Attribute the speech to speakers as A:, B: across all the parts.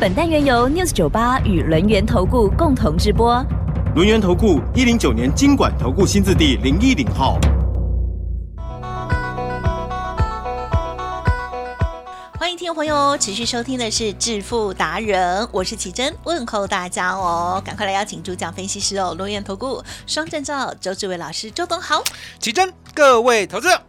A: 本单元由 News 九八与轮源投顾共同直播。
B: 轮源投顾一零九年经管投顾新字第零一零号。
C: 欢迎听众朋友持续收听的是《致富达人》，我是奇珍，问候大家哦！赶快来邀请主讲分析师哦，龙源投顾双证照周志伟老师，周董好。
D: 奇珍，各位投资者，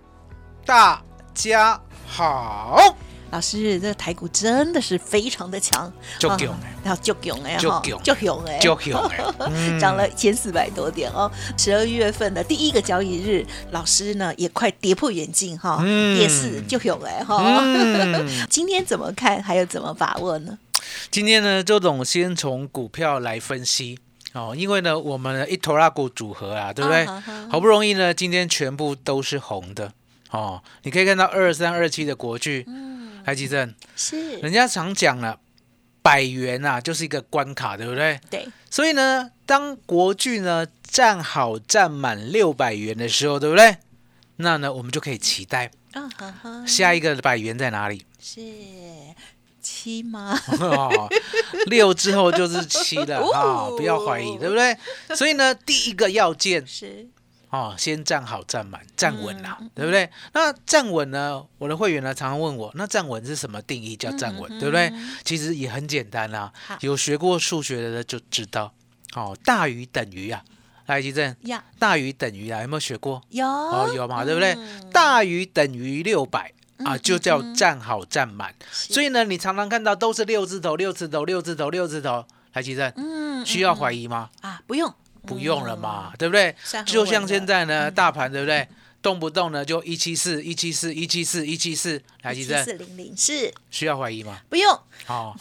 D: 大家好。
C: 老师，这个台股真的是非常的强，
D: 就
C: 啊
D: 强欸
C: 然后就囧哎，
D: 就
C: 哈
D: 强
C: 就囧哎，
D: 就囧欸 嗯
C: 涨了一千四百多点哦。十二月份的第一个交易日，老师呢也快跌破眼镜哈，
D: 嗯
C: 也是就囧哎哈。
D: 嗯
C: 今天怎么看，还有怎么把握呢？
D: 今天呢，周总先从股票来分析哦，因为呢，我们的一头拉股组合啊，对不对
C: 啊哈哈？
D: 好不容易呢，今天全部都是红的哦。你可以看到二三二七的国巨，
C: 嗯
D: 台积电，
C: 是
D: 人家常讲了，百元啊就是一个关卡，对不对？
C: 对，
D: 所以呢，当国巨呢站好站满六百元的时候，对不对？那呢，我们就可以期待
C: 啊哈哈，
D: 下一个百元在哪里？
C: 是七吗？
D: 哦，六之后就是七了啊、
C: 哦
D: 不要怀疑，对不对？所以呢，第一个要件
C: 是
D: 哦，先站好站满，站稳
C: 嗯
D: 啦、对不对？那站稳呢，我的会员呢常常问我，那站稳是什么定义？叫站稳，对不对？其实也很简单啦、
C: 嗯好
D: 有学过数学的就知道，哦，大于等于啊，来，吉正，
C: 呀，
D: 大于等于啊，有没有学过？
C: 有
D: 哦，有嘛，对不对？
C: 嗯
D: 大于等于六百啊，就叫站好站满。
C: 嗯
D: 所以呢，你常常看到都是六字头、六字头、六字头、六字头，台积电
C: 嗯
D: 需要怀疑吗？
C: 啊，不用
D: 不用了嘛，对不对
C: 算？很
D: 就
C: 稳
D: 像
C: 了嗯
D: 现在呢，大盘对不对？动不动呢就一七四、一七四、一七四、一七四，台积
C: 四
D: 电
C: 零零是
D: 需要怀疑吗？
C: 不用
D: 哦，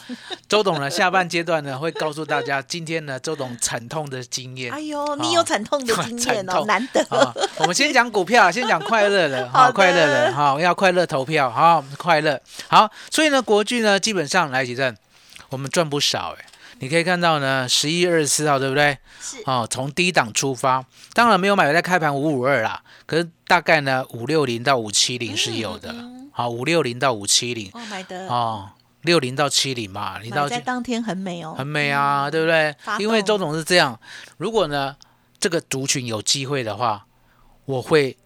D: 周董呢下半阶段呢会告诉大家，今天呢周董惨痛的经验。
C: 哎呦，
D: 哦
C: 你有惨痛的经验
D: 惨
C: 哦，
D: 痛
C: 难得。
D: 好，我们先讲股 票，先讲快乐了，
C: 好的
D: 好，快乐了，好，要快乐投票，好，快乐，好，所以呢，国巨呢，基本上来几阵，我们赚不少哎，你可以看到呢，十一、二十四号，对不对？
C: 是
D: 哦，从低档出发，当然没有买在开盘五五二啦，可是大概呢，五六零到五七零是有的，好，五六零到五七零，
C: 嗯哦，买的
D: 哦，六零到七零嘛，你到
C: 买在当天很美哦，
D: 很美啊，对不对
C: 发？
D: 因为
C: 动
D: 周总是这样，如果呢这个族群有机会的话，我会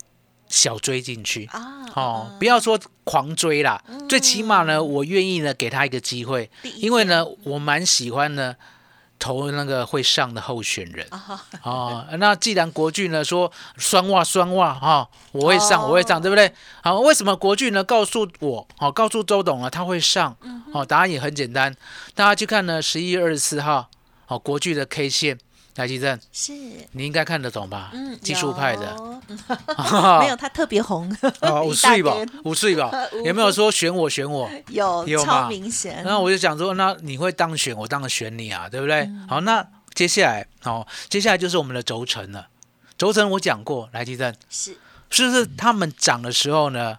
D: 小追进去。
C: 啊
D: 哦，不要说狂追啦，最起码呢，我愿意呢给他一个机会
C: 嗯第，一
D: 因为呢，我蛮喜欢呢投那个会上的候选人。
C: 啊，
D: 哦，那既然国巨呢说酸袜酸袜哈、我会上、
C: 哦
D: 我会上，对不对？好、为什么国巨呢告诉我，好、告诉周董啊，他会上，
C: 嗯
D: 好、答案也很简单，大家去看呢，十一月二十四号，好、国巨的 K 线，来吉正，
C: 是
D: 你应该看得懂吧？
C: 嗯，
D: 技术派的，
C: 有没
D: 没
C: 有，它特别红，
D: 哦，
C: 一
D: 五
C: 大
D: 岁吧
C: 根，，
D: 五岁吧
C: 五嗯
D: 有没有说选我选我？
C: 有
D: 有
C: 超
D: 嘛
C: 明显，
D: 那我就想说，那你会当选，我当然选你啊，对不对？
C: 嗯
D: 好，那接下来，哦，接下来就是我们的轴承了。轴承我讲过，来吉正。
C: 是
D: 是不是他们涨的时候呢，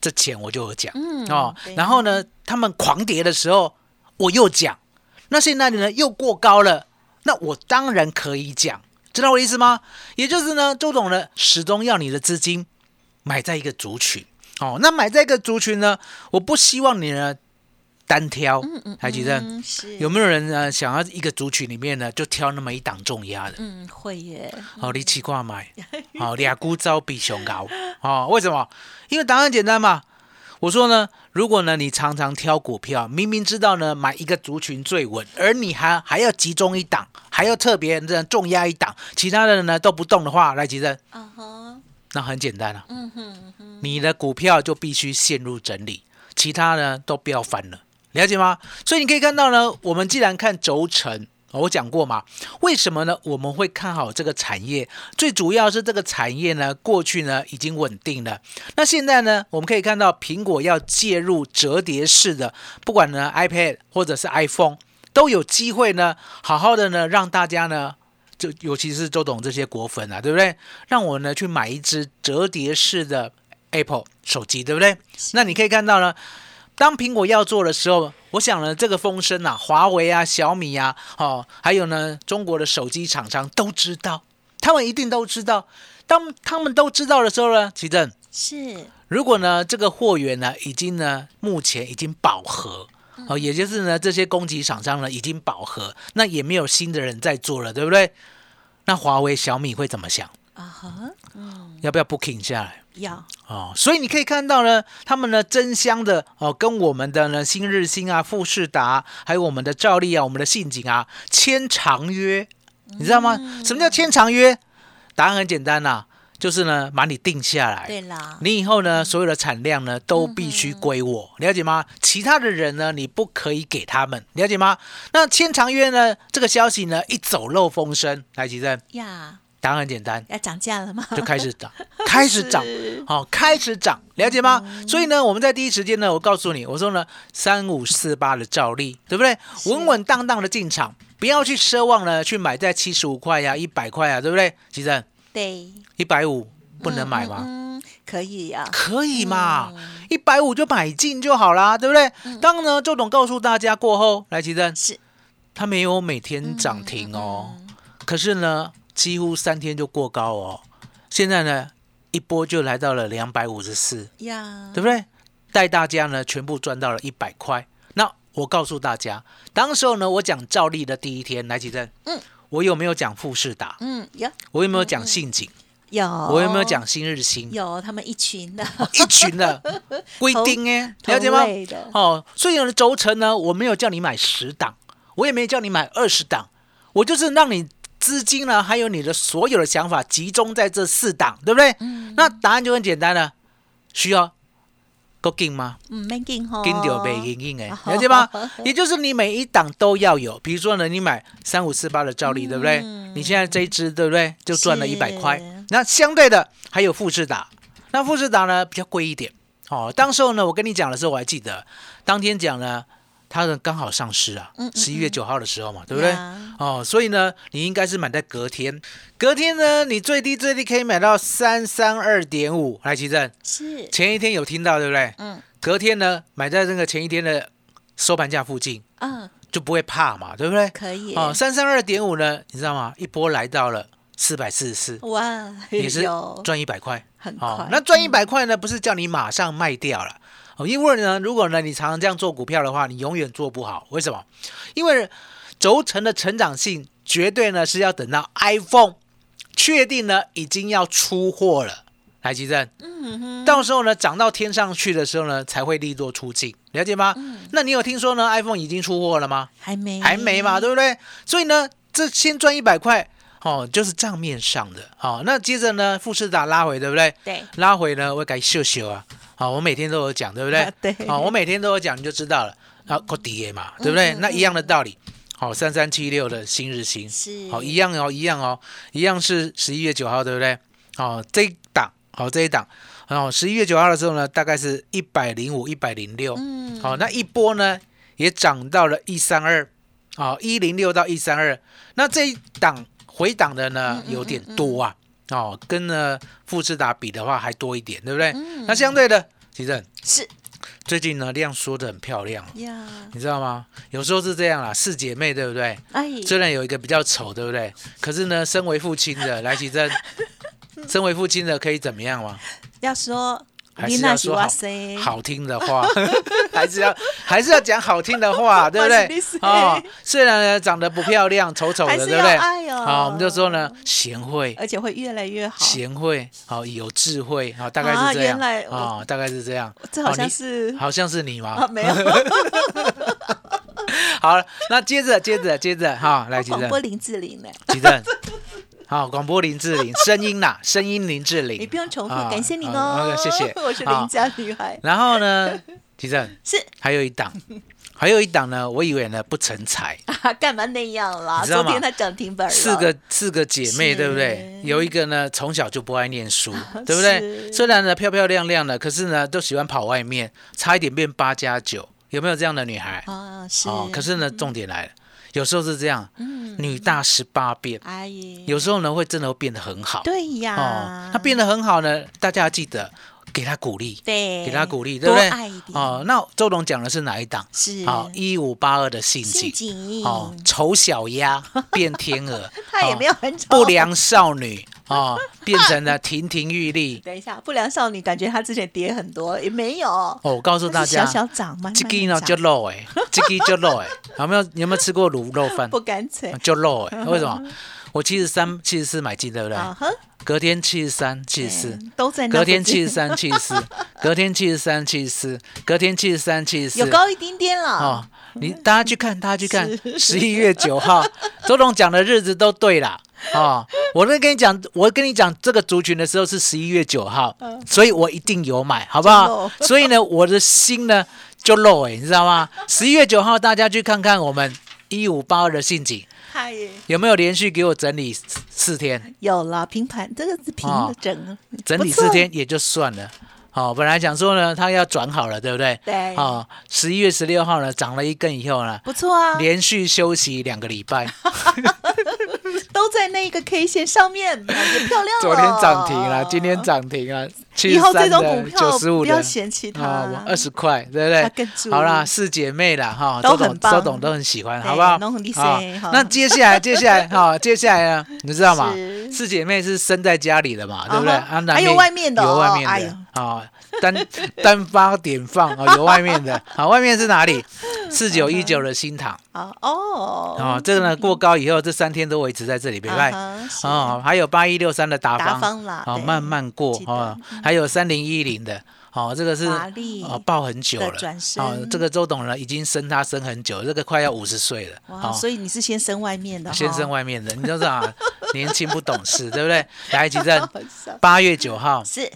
D: 这钱我就有讲，
C: 嗯
D: 哦
C: 对，
D: 然后呢，他们狂跌的时候我又讲，那现在呢又过高了，那我当然可以讲，知道我的意思吗？也就是呢，周董呢始终要你的资金买在一个族群，哦，那买在一个族群呢，我不希望你呢单挑，嗯嗯，台积电
C: 嗯是
D: 有没有人呢想要一个族群里面呢就挑那么一档重压的？
C: 嗯会耶，
D: 哦，你试看卖，哦，俩股招比熊高，哦，为什么？因为答案简单嘛。我说呢，如果呢你常常挑股票，明明知道呢买一个族群最稳，而你还还要集中一档，还要特别的重压一档，其他的人呢都不动的话，来吉正，
C: 啊哈，
D: 那很简单啊，
C: 嗯哼哼，
D: 你的股票就必须陷入整理，其他呢都不要翻了，了解吗？所以你可以看到呢，我们既然看轴承。哦我讲过嘛，为什么呢？我们会看好这个产业，最主要是这个产业呢，过去呢已经稳定了。那现在呢，我们可以看到苹果要介入折叠式的，不管呢 iPad 或者是 iPhone，都有机会呢，好好的呢，让大家呢，就尤其是周董这些果粉啊，对不对？让我呢去买一只折叠式的 Apple 手机，对不对？那你可以看到呢，当苹果要做的时候，我想呢，这个风声啊，华为啊、小米啊，哦，还有呢，中国的手机厂商都知道，他们一定都知道。当他们都知道的时候呢，奇正，
C: 是
D: 如果呢这个货源呢已经呢目前已经饱和。哦，也就是呢，这些供给厂商呢已经饱和，那也没有新的人在做了，对不对？那华为、小米会怎么想？
C: 啊哈，
D: 要不要 booking 下来？
C: 要
D: 哦，所以你可以看到呢，他们呢争相的哦，跟我们的呢新日新啊、富士达啊，还有我们的兆利啊、我们的信景啊签长约，你知道吗？什么叫签长约？答案很简单呐、就是呢把你定下来。
C: 对啦，
D: 你以后呢，
C: 嗯
D: 所有的产量呢都必须归我，了解吗？其他的人呢，你不可以给他们，了解吗？那签长约呢，这个消息呢一走漏风声，来吉正，
C: 呀
D: 答案很简单，
C: 要涨价了吗？
D: 就开始涨，开始涨
C: 是，嗯
D: 好、开始涨，了解吗？所以呢，我们在第一时间呢，我告诉你，我说呢，三五四八的照例，对不对？稳稳当当的进场，不要去奢望呢去买在七十五块呀、一百块呀，对不对？吉正，
C: 对，
D: 一百五不能买吗？
C: 嗯，可以呀，
D: 可以嘛？
C: 嗯
D: 一百五就买进就好啦，对不对？当呢，周董告诉大家过后，来奇珍
C: 是嗯
D: 它没有每天涨停哦，可是呢，几乎三天就过高哦。现在呢，一波就来到了两百五十四，
C: 呀，
D: 对不对？带大家呢全部赚到了一百块。那我告诉大家，当时候呢，我讲照例的第一天，来奇珍，
C: 嗯，
D: 我有没有讲富士达？
C: 嗯，哦有
D: 我有没有讲信景？
C: 有，
D: 我有没有讲哦新日新？
C: 有他们一群的，
D: 一群的规定哎，了解吗
C: 同类的？
D: 哦，所以呢，轴承呢，我没有叫你买十档，我也没有叫你买二十档，我就是让你资金呢，还有你的所有的想法集中在这四档，对不对？
C: 嗯
D: 那答案就很简单了，需要够劲吗？
C: 嗯，making 吼，
D: 跟丢被硬硬
C: 哦
D: 哎，了解吗？也就是你每一档都要有，比如说呢，你买三五四八的照例，对不对？你现在这一支，对不对？就赚了一百块
C: 嗯是。
D: 那相对的还有富士达，那富士达呢比较贵一点哦。当时候呢，我跟你讲的时候，我还记得，当天讲呢，它呢刚好上市啊
C: 嗯嗯，嗯
D: 十一月九号的时候嘛，对不对
C: 呀？
D: 哦，所以呢，你应该是买在隔天，隔天呢，你最低最低可以买到三三二点五，来奇正。
C: 是
D: 前一天有听到，对不对？
C: 嗯。
D: 隔天呢，买在那个前一天的收盘价附近，
C: 嗯，
D: 就不会怕嘛，对不对？
C: 可以
D: 哦，三三二点五呢，你知道吗？一波来到了四百四十四，
C: 哇，
D: 也是
C: 有
D: 赚一百块，
C: 很
D: 哦
C: 快，
D: 那赚一百块呢，不是叫你马上卖掉了。哦，因为呢，如果呢你常常这样做股票的话，你永远做不好。为什么？因为轴承的成长性绝对呢是要等到 iPhone 确定呢已经要出货了，来吉正，
C: 嗯哼，
D: 到时候呢涨到天上去的时候呢才会利多出尽，了解吗？
C: 嗯
D: 那你有听说呢 iPhone 已经出货了吗？
C: 还没
D: 还没
C: 嗯
D: 嘛，对不对？所以呢，这先赚一百块，哦，就是账面上的，哦，那接着呢，富士达拉回，对不对？
C: 对
D: 拉回呢，我改秀秀啊，好、我每天都有讲，对不对？
C: 啊对
D: 好、我每天都有讲，你就知道了，啊，够跌嘛，对不
C: 嗯
D: 对？那一样的道理。好，三三七六的新日新
C: 是
D: 好、一样哦，一样哦，一样是十一月九号，对不对？好、这一档，好、这一档，哦，十一月九号的时候呢，大概是一百零五、一百零六，
C: 嗯
D: 好、那一波呢也涨到了一三二，好，一零六到一三二，那这一档回档的呢有点多啊，哦，跟呢富士达比的话还多一点，对不对？那相对的，其实
C: 是
D: 最近呢量缩的很漂亮，
C: 呀，
D: 你知道吗？有时候是这样啦，四姐妹对不对？
C: 哎，
D: 虽然有一个比较丑，对不对？可是呢，身为父亲的来奇珍，身为父亲的可以怎么样吗？
C: 要说
D: 还
C: 你
D: 是
C: 那
D: 要
C: 是
D: 说好
C: 哇塞
D: 好听的话， 还是要还是要讲好听的 话，对不
C: 哇塞
D: 对
C: 你谁？
D: 哦，虽然呢长得不漂亮，丑丑
C: 还
D: 的，
C: 是
D: 对不对？
C: 要爱哦
D: 好，我们就说呢，贤惠。
C: 而且会越来越好。
D: 贤惠，好、有智慧，好、大概
C: 啊
D: 是这样，
C: 原来我
D: 哦大概是这样，
C: 这好
D: 哦
C: 像
D: 你
C: 是
D: 好像是你吗？
C: 啊， 没有
D: 好了，那接着接着接着哈、来吉
C: 广
D: 正
C: 播，林志 玲呢，
D: 吉正，好，广播林志玲，声音啦，声音林志玲，
C: 你不用重复，
D: 啊
C: 感谢您
D: 好
C: 哦
D: 好，谢谢
C: ，我是
D: 好
C: 邻家女孩，
D: 然后呢，吉正
C: 是
D: 还有一档，还有一档呢，我以为呢不成才，
C: 啊，干嘛那样啦？
D: 你知道
C: 昨
D: 吗
C: 天她涨停板了，
D: 四个四个姐妹对不对？
C: 是
D: 有一个呢从小就不爱念 书，对不对？
C: 是
D: 虽然呢漂漂亮亮的，可是呢都喜欢跑外面，差一点变八加九，有没有这样的女孩？哦
C: 啊，是，
D: 哦，可是呢重点来了，有时候是这样，
C: 嗯
D: 女大十八变，
C: 哎呀，
D: 有时候呢会真的会变得很好。
C: 对啊呀，
D: 哦，他变得很好呢，大家要记得给他鼓励，
C: 对，
D: 给他鼓励，对
C: 多
D: 不对
C: 爱一？点
D: 哦，，那周董讲的是哪一档？
C: 是
D: 好，一五八二的信
C: 陷
D: 息。
C: 阱
D: 哦，丑小鸭变天鹅，
C: 他也
D: 哦
C: 没有很丑
D: 不良少女哦，变成了亭亭玉立。
C: 等一下，不良少女感觉她之前跌很多，也没有。
D: 哦，我告诉大家，
C: 它是小小长慢慢地
D: 这个呢
C: 长
D: 就肉哎，这个就肉 哎，有没有有没有吃过卤肉饭？
C: 不干脆
D: 就肉 哎，为什么？我七十三、七十四买进，对不对？
C: 啊哼，
D: 隔天七十三、七十四
C: 嗯，都在那
D: 隔天
C: 附近
D: 七十三、七十四，隔天七十三、七十四，隔天七十三、七十四，
C: 有高一丁点
D: 哦
C: 了。，
D: 你大家去看，大家去看，十一月九号，周董讲的日子都对啦。哦，我在跟你讲，我跟你讲这个族群的时候是十一月九号，所以我一定有买，好不好？
C: 就漏
D: 所以呢，我的心呢就漏哎、你知道吗？十一月九号，大家去看看我们一五八二的信阱
C: 嗨，
D: 有没有连续给我整理四四天，
C: 有了平盘，这个是平
D: 哦
C: 的整
D: 整理四天，也就算了。哦，本来想说呢，它要转好了，对不对？
C: 对
D: 哦，十一月十六号呢，涨了一根以后呢，
C: 不错啊，
D: 连续休息两个礼 拜，
C: 都在那个 K 线上面，也漂亮了。
D: 昨天涨停了，今天涨停了，
C: 哦以后这种股票
D: 九十五
C: 不
D: 的，哦啊
C: 要嫌弃它
D: 二十块，对不
C: 它
D: 对？
C: 更注意
D: 好啦，四姐妹啦，哈，
C: 都
D: 周
C: 很
D: 董
C: 棒
D: 周董都很喜欢，
C: 对
D: 好不好
C: 都很厉？害
D: 那
C: 哈
D: 接下来，接下来， 哈，接下来呢，你知道吗
C: 是？
D: 四姐妹是生在家里的嘛，对不对？
C: 啊哈
D: 啊，难
C: 还有
D: 免
C: 外面的
D: 有
C: 哦
D: 外
C: 哎
D: 面
C: 呦
D: 的啊，单单发点放啊，有外面的，好，外面是哪 里？四九一九的新塘
C: 啊哦
D: 啊，这个呢过高以后，这三天都维持在这里，别拜。
C: 啊哈
D: 哦，还有八一六三的达
C: 达
D: 方，
C: 方啦
D: 哦，
C: 对
D: 慢慢过
C: 记得嗯
D: 哦，还有三零一零的，哦，这个是
C: 华丽
D: 哦抱很久
C: 的
D: 了
C: 转，身
D: 哦，这个周董呢已经生他生很久，这个快要五十岁了，哦
C: 是哇，所以你哦是先生外面的，
D: 先生
C: 外，
D: 外面的，你就是 啊，年轻不懂事，对不对？来，吉正
C: 好笑，
D: 八月九号，
C: 是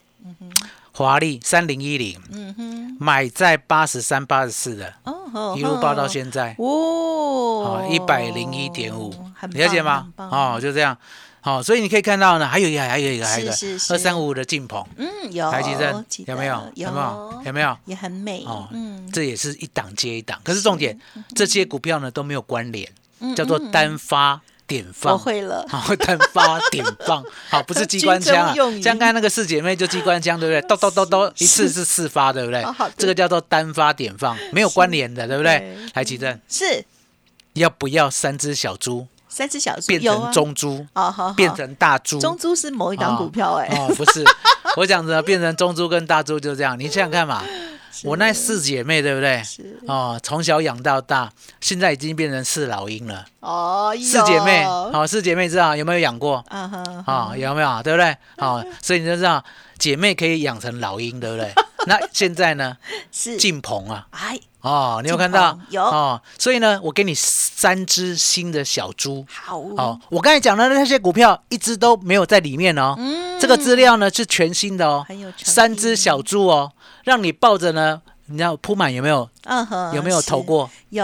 D: 华丽三零一零，
C: 嗯哼，
D: 买在八十三、八十四的，
C: 哦吼，
D: 一路报到
C: 吼
D: 现在，
C: 哦
D: 哦，，一百零一点五
C: 很，棒
D: 了解吗
C: 很？棒
D: 哦，就这样，好，所以你可以看到呢，还有一个，还有一个，还有一个
C: 是是是
D: 二三五五的进鹏。
C: 嗯，有
D: 台积证
C: 记
D: 有
C: 得
D: 没有？
C: 有
D: 有没有？有没有？
C: 也很美，
D: 哦，
C: 嗯，
D: 这也是一档接一档。可是重点，这些股票呢都没有关联，叫做
C: 嗯
D: 单发点
C: 我
D: 放。
C: 会了，
D: 好，单发点 放，好，不是机关枪啊，
C: 军中用语
D: 像刚才那个四姐妹就机关枪，对不对？ 咚咚咚咚，一次是四发，对不对
C: 哦好的？
D: 这个叫做单发点放，没有关联的，对不对
C: 对？
D: 来，奇正，
C: 是
D: 要不要三只小猪
C: 三只小猪
D: 变
C: 有
D: 成
C: 啊
D: 中猪，
C: 哦，好，好
D: 变成大猪？
C: 中珠是某一档股票，哎，
D: 哦，哦不 是，我讲着变成中珠跟大珠就这样，你想想看嘛，我那四姐妹对不对？
C: 是
D: 哦，从小养到大，现在已经变成四老鹰了，
C: 哦，
D: 四姐妹，
C: 有
D: 好、四姐妹知道有没有养过？
C: 啊哈，
D: 啊、有没有？对不对？好、 所以你就知道姐妹可以养成老鹰，对不对？那现在呢，
C: 是，
D: 进棚啊，
C: 哎，
D: 哦，你有看
C: 进
D: 到
C: 棚有
D: 哦，所以呢，我给你三只新的小猪，
C: 好，
D: 哦，我刚才讲的那些股票一只都没有在里面哦。这个资料呢是全新的哦
C: 嗯很有，诚意
D: 三只小猪哦，让你抱着呢，你知道铺满有没有？
C: 嗯哼，
D: 有没有
C: 是
D: 投？过
C: 有，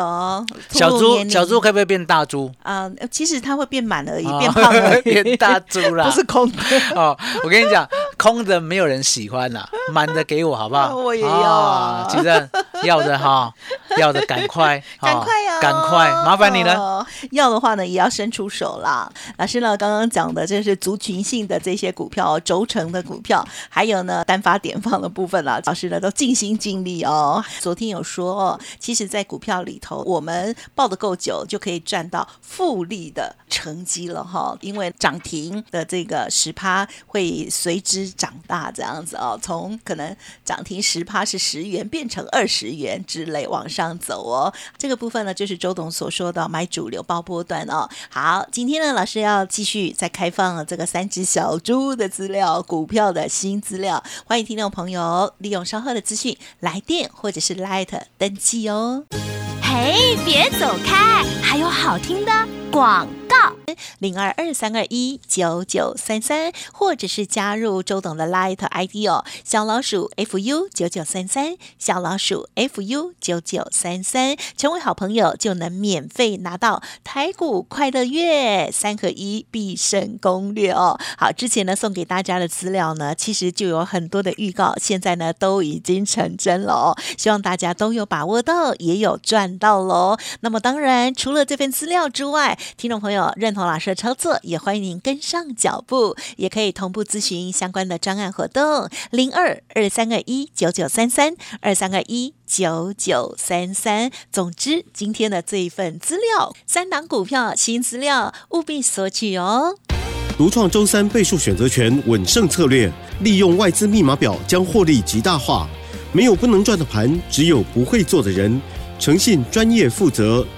C: 兔
D: 小
C: 兔
D: 猪？
C: 年
D: 小
C: 龄
D: 猪可不可以变大猪？
C: 啊，呃其实它会变满而已，
D: 哦
C: 变胖而 已，
D: 变大猪啦！
C: 不是空的。
D: 哦，我跟你讲，空的没有人喜欢啦，满的给我好不好？
C: 我也要啊
D: 哦其实要的哈，要的赶 快，哦
C: 赶快呀、
D: 赶快，麻烦你了。
C: 哦要的话呢，也要伸出手啦。老师呢，刚刚讲的这是族群性的这些股票，轴承的股票，还有呢单发点放的部分啦。老师呢都尽心尽力哦。昨天有说哦，其实，在股票里头，我们抱得够久，就可以赚到复利的成绩了哈、因为涨停的这个十趴会随之长大，这样子哦，从可能涨停十趴是十元变成二十元之类往上走哦。这个部分呢，就是周董所说的买主流爆波段哦。好，今天呢，老师要继续再开放这个三只小猪的资料，股票的新资料，欢迎听众朋友利用稍后的资讯来电或者是 Light 登记哦。
A: 嘿，别走开，还有好听的广告。
C: 零二二三二一九九三三，或者是加入周董的 Light ID 哦，小老鼠 fu 九九三三，小老鼠 fu 九九三三，成为好朋友就能免费拿到台股快乐月三合一必胜攻略哦。好，之前呢送给大家的资料呢，其实就有很多的预告，现在呢都已经成真了哦，希望大家都有把握到，也有赚到喽。那么当然，除了这份资料之外，听众朋友认同老师的操作，也欢迎您跟上脚步，也可以同步咨询相关的专案活动，零二二三二一九九三三二三二一。九九三三。总之，今天的这一份资料，三档股票新资料，务必索取哦。
B: 独创周三倍数选择权稳胜策略，利用外资密码表将获利极大化。没有不能赚的盘，只有不会做的人。诚信、专业、负责，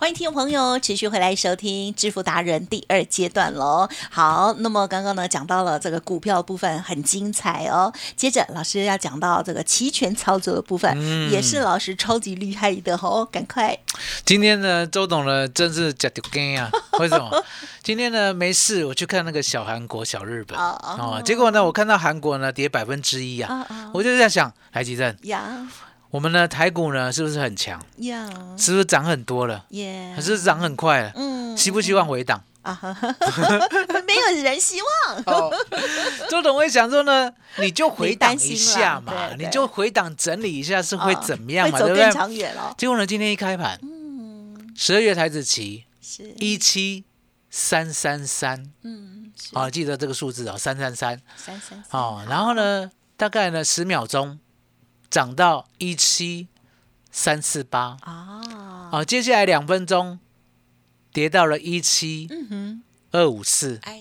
C: 欢迎听众朋友持续回来收听《致富达人》第二阶段喽。好，那么刚刚呢讲到了这个股票部分很精彩哦，接着老师要讲到这个期权操作的部分，
D: 嗯
C: 也是老师超级厉害的哦，赶快
D: 今天呢，周董呢真是假丢根 啊！为什么？今天呢没事，我去看那个小韩国、小日本
C: 哦
D: 哦，结果呢，我看到韩国呢跌百分之一啊，
C: 啊啊
D: 我就在想，来吉正，
C: 呀
D: 我们呢台股呢是不是很强？
C: 呀
D: 是不是涨很多了？
C: 耶
D: 可！是涨很快了，
C: 嗯
D: 希不希望回档？
C: 啊 哈哈哈哈，没有人希望，
D: 哦，周董会想说呢，你就回档一下
C: 你担心啦
D: 嘛
C: 对，对哦
D: 你就回档整理一下是会怎么样嘛，
C: 会走
D: 对不
C: 更
D: 对？
C: 长远哦。
D: 结果呢，今天一开盘，
C: 嗯，
D: 十二月台子期
C: 是，
D: 一七三三三
C: 嗯，是
D: 啊，记得这个数字哦，三三三
C: 三三三，
D: 哦。然后呢，大概呢十秒钟涨到一七三四八
C: 啊，
D: 啊，接下来两分钟跌到了一七
C: 嗯哼，
D: 二五四，
C: 哎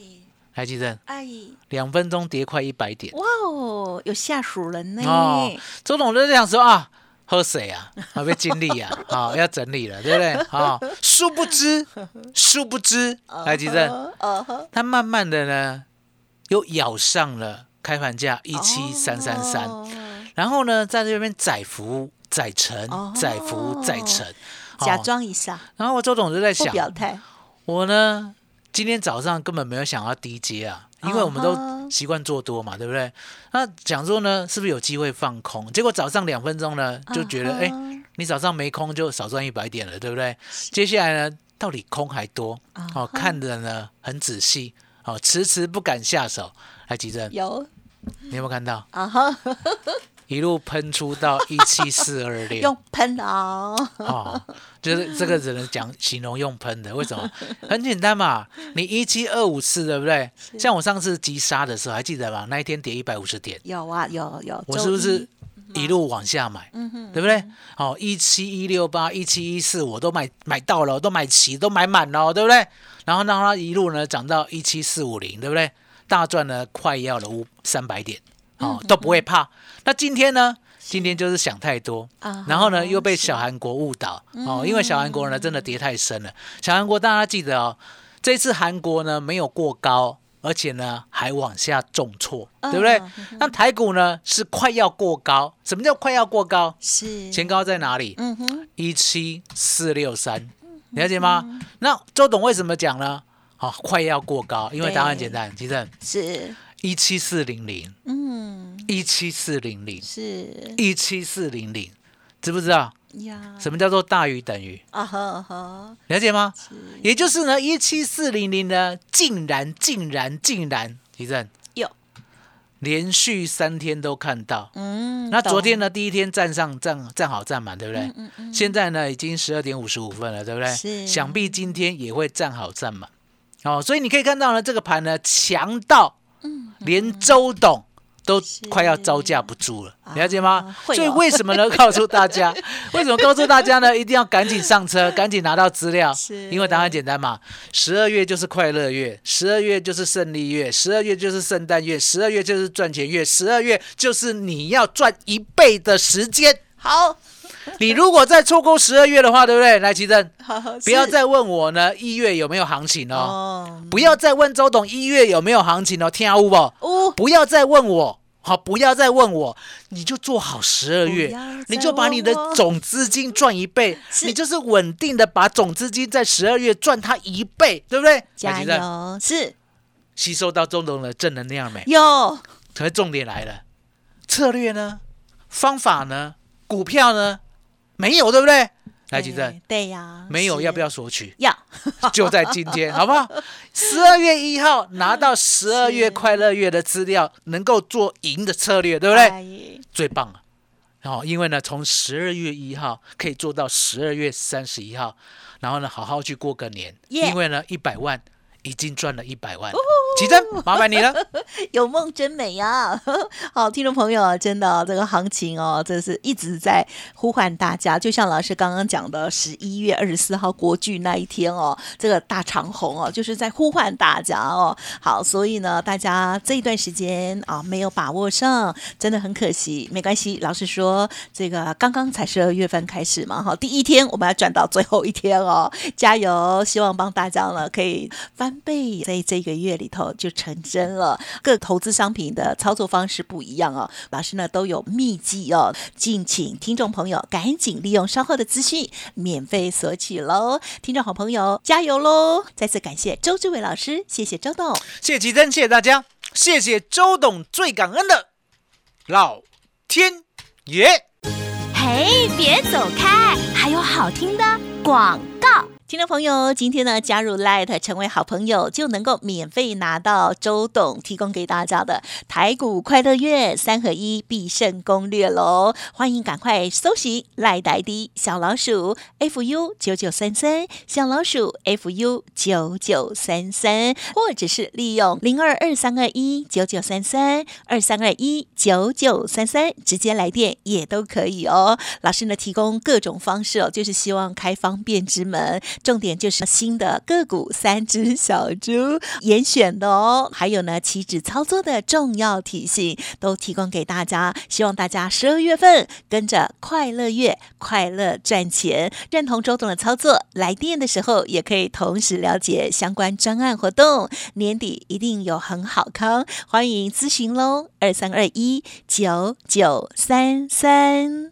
D: 还记得
C: 哎，
D: 两分钟跌快一百点。
C: 哇哦，有下属人呢，
D: 哦，周董就这样说啊，喝水啊， 啊被经历啊，好、要整理了，对不 对？啊、殊不知，殊不知，来吉正，
C: 呃呵，
D: 他慢慢的呢，又咬上了开盘价一
C: 一
D: 七三三三，
C: 哦
D: 然后呢，在这边载浮载沉
C: 哦，
D: 载浮载沉，哦
C: 假。装一下
D: 然后我周董就在
C: 不
D: 想，
C: 表态，
D: 我呢，今天早上根本没有想要低接啊，因为我们
C: 啊哈
D: 都习惯做多嘛，对不对？那讲说呢，是不是有机会放空？结果早上两分钟呢，就觉得
C: 啊哈
D: 哎、你早上没空就少赚一百点了，对不对？接下来呢，到底空还多？
C: 啊哈
D: 哦，看的呢很仔细，哦，迟迟不敢下手。来，吉正，
C: 有
D: 你有没有看到
C: 啊哈，
D: 一路喷出到一七四二六？
C: 用喷的哦，
D: 哦，就是这个只能讲形容用喷的，为什么？很简单嘛，你一七二五四，对不对？像我上次急杀的时候，还记得吗？那一天跌一百五十点，
C: 有啊有有，
D: 我
C: 周
D: 是不是
C: 一？
D: 一路往下买，对不对？哦，一七一六八、一七一四，我都买买到了，都买齐，都买满了，对不对？然后让它一路呢涨到一七四五零，对不对？大赚了快要了五三百点，哦，都不会怕。那今天呢？今天就是想太多
C: 啊，
D: 然后呢又被小韩国误导
C: 嗯
D: 哦，因为小韩国呢真的跌太深了。小韩国大家记得哦，这次韩国呢没有过高，而且呢还往下重挫，
C: 嗯
D: 对不对
C: 嗯？
D: 那台股呢是快要过高，什么叫快要过高？
C: 是，
D: 前高在哪里？
C: 嗯哼，
D: 一七四六三，了解
C: 嗯
D: 吗？那周董为什么讲呢？好、快要过高，因为答案很
C: 对
D: 简单，其实
C: 是，
D: 一七四零零、
C: 嗯
D: 一七四零零、
C: 是
D: 一七四零零，知不知道
C: 呀，
D: 什么叫做大于等于？
C: 啊哈啊哈，
D: 了解吗？
C: 是
D: 也就是呢，一七四零零呢，竟然竟然竟然，地震
C: 有，
D: 连续三天都看到。
C: 嗯，
D: 那昨
C: 懂嗯
D: 天呢，第一天站上站站好站满，对不对？现在呢，已经十二点五十五分了，对不
C: 是
D: 对？想必今天也会站好站满。哦，所以你可以看到呢，这个盘呢强到，
C: 嗯
D: 连周董都快要招架不住了，了解吗？
C: 会哦
D: 所以为什么呢？告诉大 家，为什么告诉大家呢？一定要赶紧上车，赶紧拿到资料
C: 是，
D: 因为答案简单嘛。十二月就是快乐月，十二月就是胜利月，十二月就是圣诞月，十二月就是赚钱月，十二月就是你要赚一倍的时间。
C: 好，
D: 你如果再错过十二月的话，对不对？来，奇正，
C: 好好
D: 不要
C: 是
D: 再问我呢，一月有没有行情哦？
C: 哦，
D: 不要再问周董一月有没有行情哦，听好不？
C: 哦，
D: 不要再问我，好，不要再问我，你就做好十二
C: 不
D: 月
C: 要再问我，
D: 你就把你的总资金赚一倍，
C: 是
D: 你就是稳定的把总资金在十二月赚它一倍，对不对？哎
C: 加
D: 来吉正
C: 油，是
D: 啊吸收到周董的正能量没？
C: 有
D: 可是重点来了，策略呢？方法呢？股票呢？没有，对不对？来，吉正
C: 对，对呀，
D: 没有，
C: 哎是
D: 要不要索取？
C: 要？
D: 就在今天，好不好？十二月一号拿到十二月快乐月的资料，能够做赢的策略，对不对？
C: 对？
D: 最棒了。哦，因为呢，从十二月一号可以做到十二月三十一号，然后呢，好好去过个年。
C: Yeah
D: 因为呢，一百万已经赚了一百万，奇珍，麻烦你了。
C: 有梦真美呀、 好，听众朋友啊，真的哦、这个行情哦，这是一直在呼唤大家。就像老师刚刚讲的，十一月二十四号国剧那一天哦，这个大长虹哦，就是在呼唤大家哦。好，所以呢，大家这一段时间啊没有把握上，真的很可惜。没关系，老师说这个刚刚才十二月份开始嘛，哈，第一天我们要赚到最后一天哦， 加油！希望帮大家呢可以翻倍，在这个月里头就成真了。各投资商品的操作方式不一样哦，老师呢都有秘籍哦，敬请听众朋友赶紧利用稍后的资讯免费索取喽。听众好朋友加油喽！再次感谢周志伟老师，谢谢周董。
D: 谢谢奇珍，谢谢大家，谢谢周董，最感恩的老天爷。
A: 嘿，别走开，还有好听的广告。
C: 听众朋友，今天呢加入 Light 成为好朋友，就能够免费拿到周董提供给大家的台股快乐月三合一必胜攻略喽！欢迎赶快搜寻 Light ID 小老鼠 fu 九九三三，小老鼠 fu 九九三三，或者是利用零二二三二一九九三三二三二一九九三三直接来电也都可以哦。老师呢提供各种方式哦，就是希望开方便之门，重点就是新的个股三只小猪严选的哦，还有呢期指操作的重要提醒都提供给大家，希望大家十二月份跟着快乐月快乐赚钱，认同周董的操作，来电的时候也可以同时了解相关专案活动，年底一定有很好康，欢迎咨询喽，二三二一九九三三。